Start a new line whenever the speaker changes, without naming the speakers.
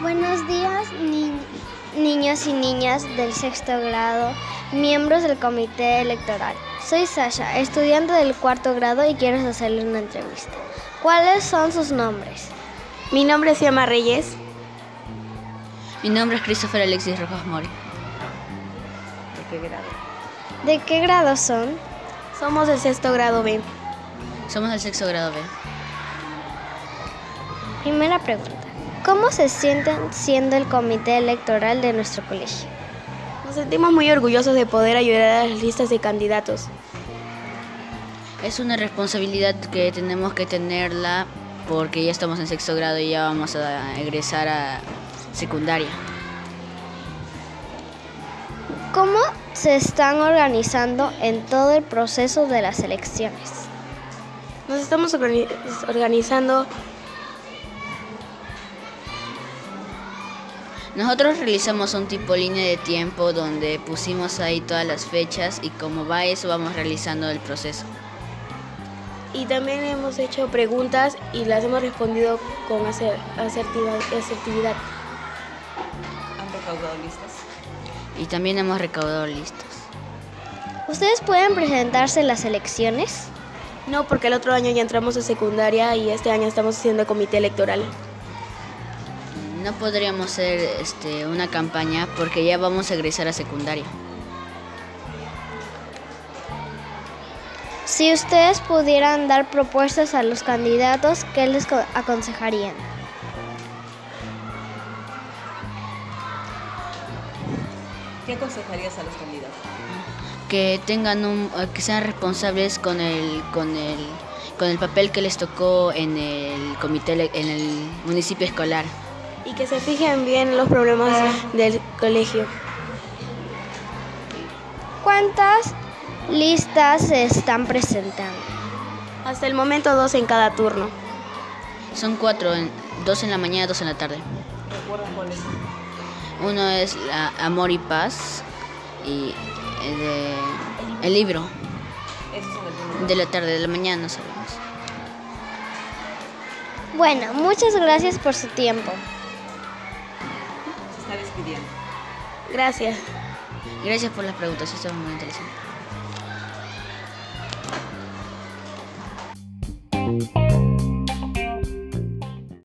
Buenos días, ni- niños y niñas del sexto grado, miembros del comité electoral. Soy Sasha, estudiante del cuarto grado y quiero hacerle una entrevista. ¿Cuáles son sus nombres?
Mi nombre es Yama Reyes.
Mi nombre es Christopher Alexis Rojas Mori.
¿De qué grado son?
Somos del sexto grado B.
Somos del sexto grado B.
Primera pregunta. ¿Cómo se sienten siendo el comité electoral de nuestro colegio?
Nos sentimos muy orgullosos de poder ayudar a las listas de candidatos.
Es una responsabilidad que tenemos que tenerla porque ya estamos en sexto grado y ya vamos a egresar a secundaria.
¿Cómo se están organizando en todo el proceso de las elecciones?
Nos estamos organi- organizando
Nosotros realizamos un tipo línea de tiempo donde pusimos ahí todas las fechas y como va eso vamos realizando el proceso.
y también hemos hecho preguntas y las hemos respondido con acer- asertiva- asertividad.
Y también hemos recaudado listas.
¿Ustedes pueden presentarse en las elecciones?
No, porque el otro año ya entramos a secundaria y este año estamos haciendo comité electoral.
No podríamos hacer este, una campaña porque ya vamos a egresar a secundaria.
Si ustedes pudieran dar propuestas a los candidatos, ¿qué les co- aconsejarían?
¿Qué aconsejarías a los candidatos?
que tengan un eh, que sean responsables con el con el con el papel que les tocó en el comité ele- en el municipio escolar
Y que se fijen bien los problemas del colegio.
¿Cuántas listas se están presentando?
Hasta el momento dos en cada turno.
son cuatro en- dos en la mañana dos en la tarde uno es la amor y paz y eh, de- el libro de la tarde de la mañana no sabemos
Bueno, muchas gracias por su tiempo.
Se está despidiendo.
Gracias.
gracias por las preguntas esto es muy interesante